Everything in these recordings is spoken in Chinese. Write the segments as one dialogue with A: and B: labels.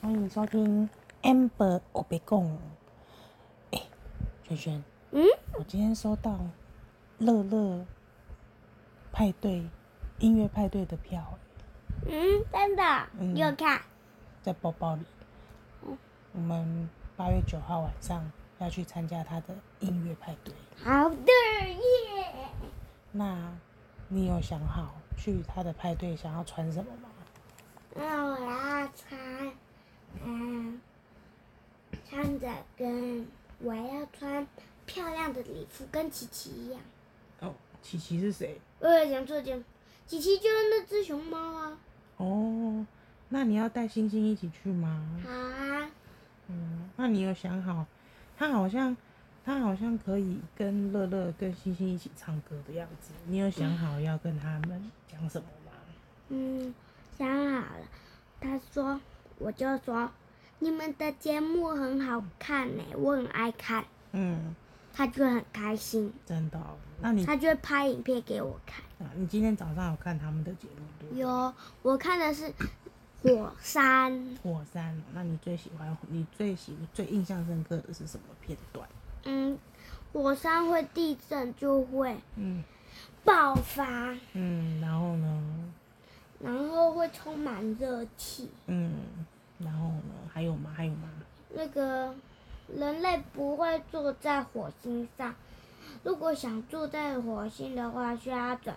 A: 欢迎收听 Amber 我别共。哎，轩轩，
B: 嗯，
A: 我今天收到乐乐派对音乐派对的票，
B: 嗯，真的，
A: 嗯
B: 你有看？
A: 在包包里。我们八月九号晚上要去参加他的音乐派对。
B: 好的耶！
A: 那你有想好去他的派对想要穿什么吗？
B: 那我要穿，嗯，穿着跟我要穿漂亮的礼服，跟琪琪一样。
A: 哦，琪琪是谁？
B: 我有讲错讲，琪琪就是那只熊猫啊。
A: 哦，那你要带星星一起去吗？
B: 好啊，
A: 嗯，那你有想好，他好像他好像可以跟乐乐跟星星一起唱歌的样子，你有想好要跟他们讲什么吗？
B: 嗯，想好了。他说，我就说，你们的节目很好看呢、我很爱看。
A: 嗯，
B: 他就很开心，
A: 真的、哦。那你
B: 他就会拍影片给我看。
A: 啊你今天早上有看他们的节目对不对？
B: 有，我看的是火山，
A: 火山哦，那你最喜欢你最喜最印象深刻的是什么片段？
B: 嗯，火山会地震就会
A: 嗯
B: 爆发，
A: 嗯，然后呢？
B: 然后会充满热气。
A: 嗯，然后呢？还有吗？还有吗？
B: 那个人类不会坐在火星上，如果想住在火星的话，需要转。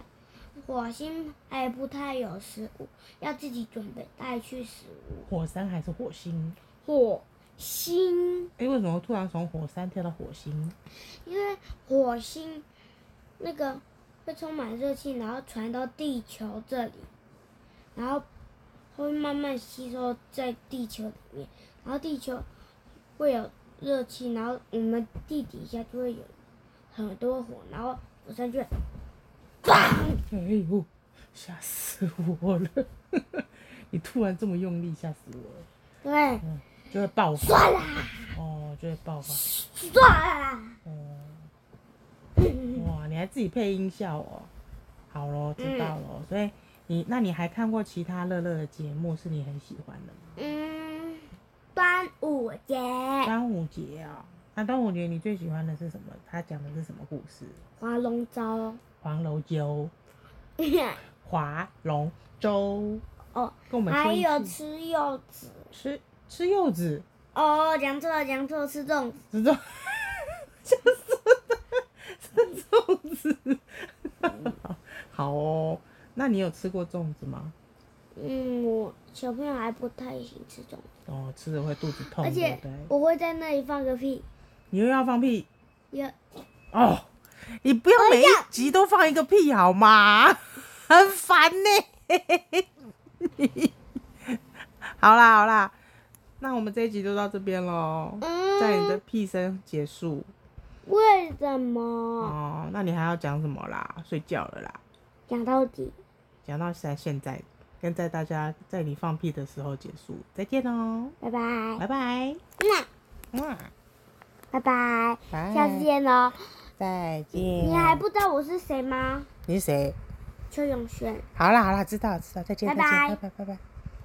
B: 火星还不太有食物，要自己准备带去食物。
A: 火山还是火星？
B: 火星。
A: 哎、为什么突然从火山跳到火星？
B: 因为火星那个会充满热气，然后传到地球这里，然后会慢慢吸收在地球里面，然后地球会有热气，然后我们地底下就会有很多火，然后火山就会
A: 哎呦，吓死我了！ 你突然这么用力，吓死我了，
B: 对
A: 就会爆发。
B: 唰啦
A: 哦，就会爆发。
B: 唰啦，
A: 哦，哇，你还自己配音效哦。好咯，知道
B: 嗯
A: 咯。所以你，那你还看过其他乐乐的节目是你很喜欢的吗？
B: 嗯，端午节
A: 端午节啊、那端午节你最喜欢的是什么？他讲的是什么故事？
B: 划龙舟，
A: 黄龙舟，划龙舟，
B: 哦，
A: 跟我们
B: 还
A: 说一
B: 有
A: 次
B: 吃柚子。
A: 吃吃柚子，
B: 哦，讲错了，讲错了，吃粽子。
A: 这 种，就是这粽子。好哦，那你有吃过粽子吗？
B: 嗯，我小朋友还不太行吃粽子，
A: 哦，吃了会肚子痛，
B: 而
A: 对
B: 且
A: 不对？
B: 我会在那里放个屁，
A: 你又要放屁
B: 也
A: 哦！你不要每一集都放一个屁好吗？ 很烦呢、 好啦好啦，那我们这一集就到这边喽，在你的
B: 嗯，
A: 屁声结束
B: 为什么
A: 哦。那你还要讲什么啦？睡觉了啦。
B: 讲到底？
A: 讲到现在现在，跟在大家在你放屁的时候结束，再见哦，
B: 拜拜，
A: 拜拜，
B: 嗯
A: 嗯，
B: 拜拜，
A: 拜
B: 下次见喽。
A: 再见。
B: 你还不知道我是谁吗？
A: 你是谁？
B: 邱永轩。
A: 好啦好啦，知道知道，再见
B: 拜
A: 再见，拜
B: 拜
A: 拜拜拜。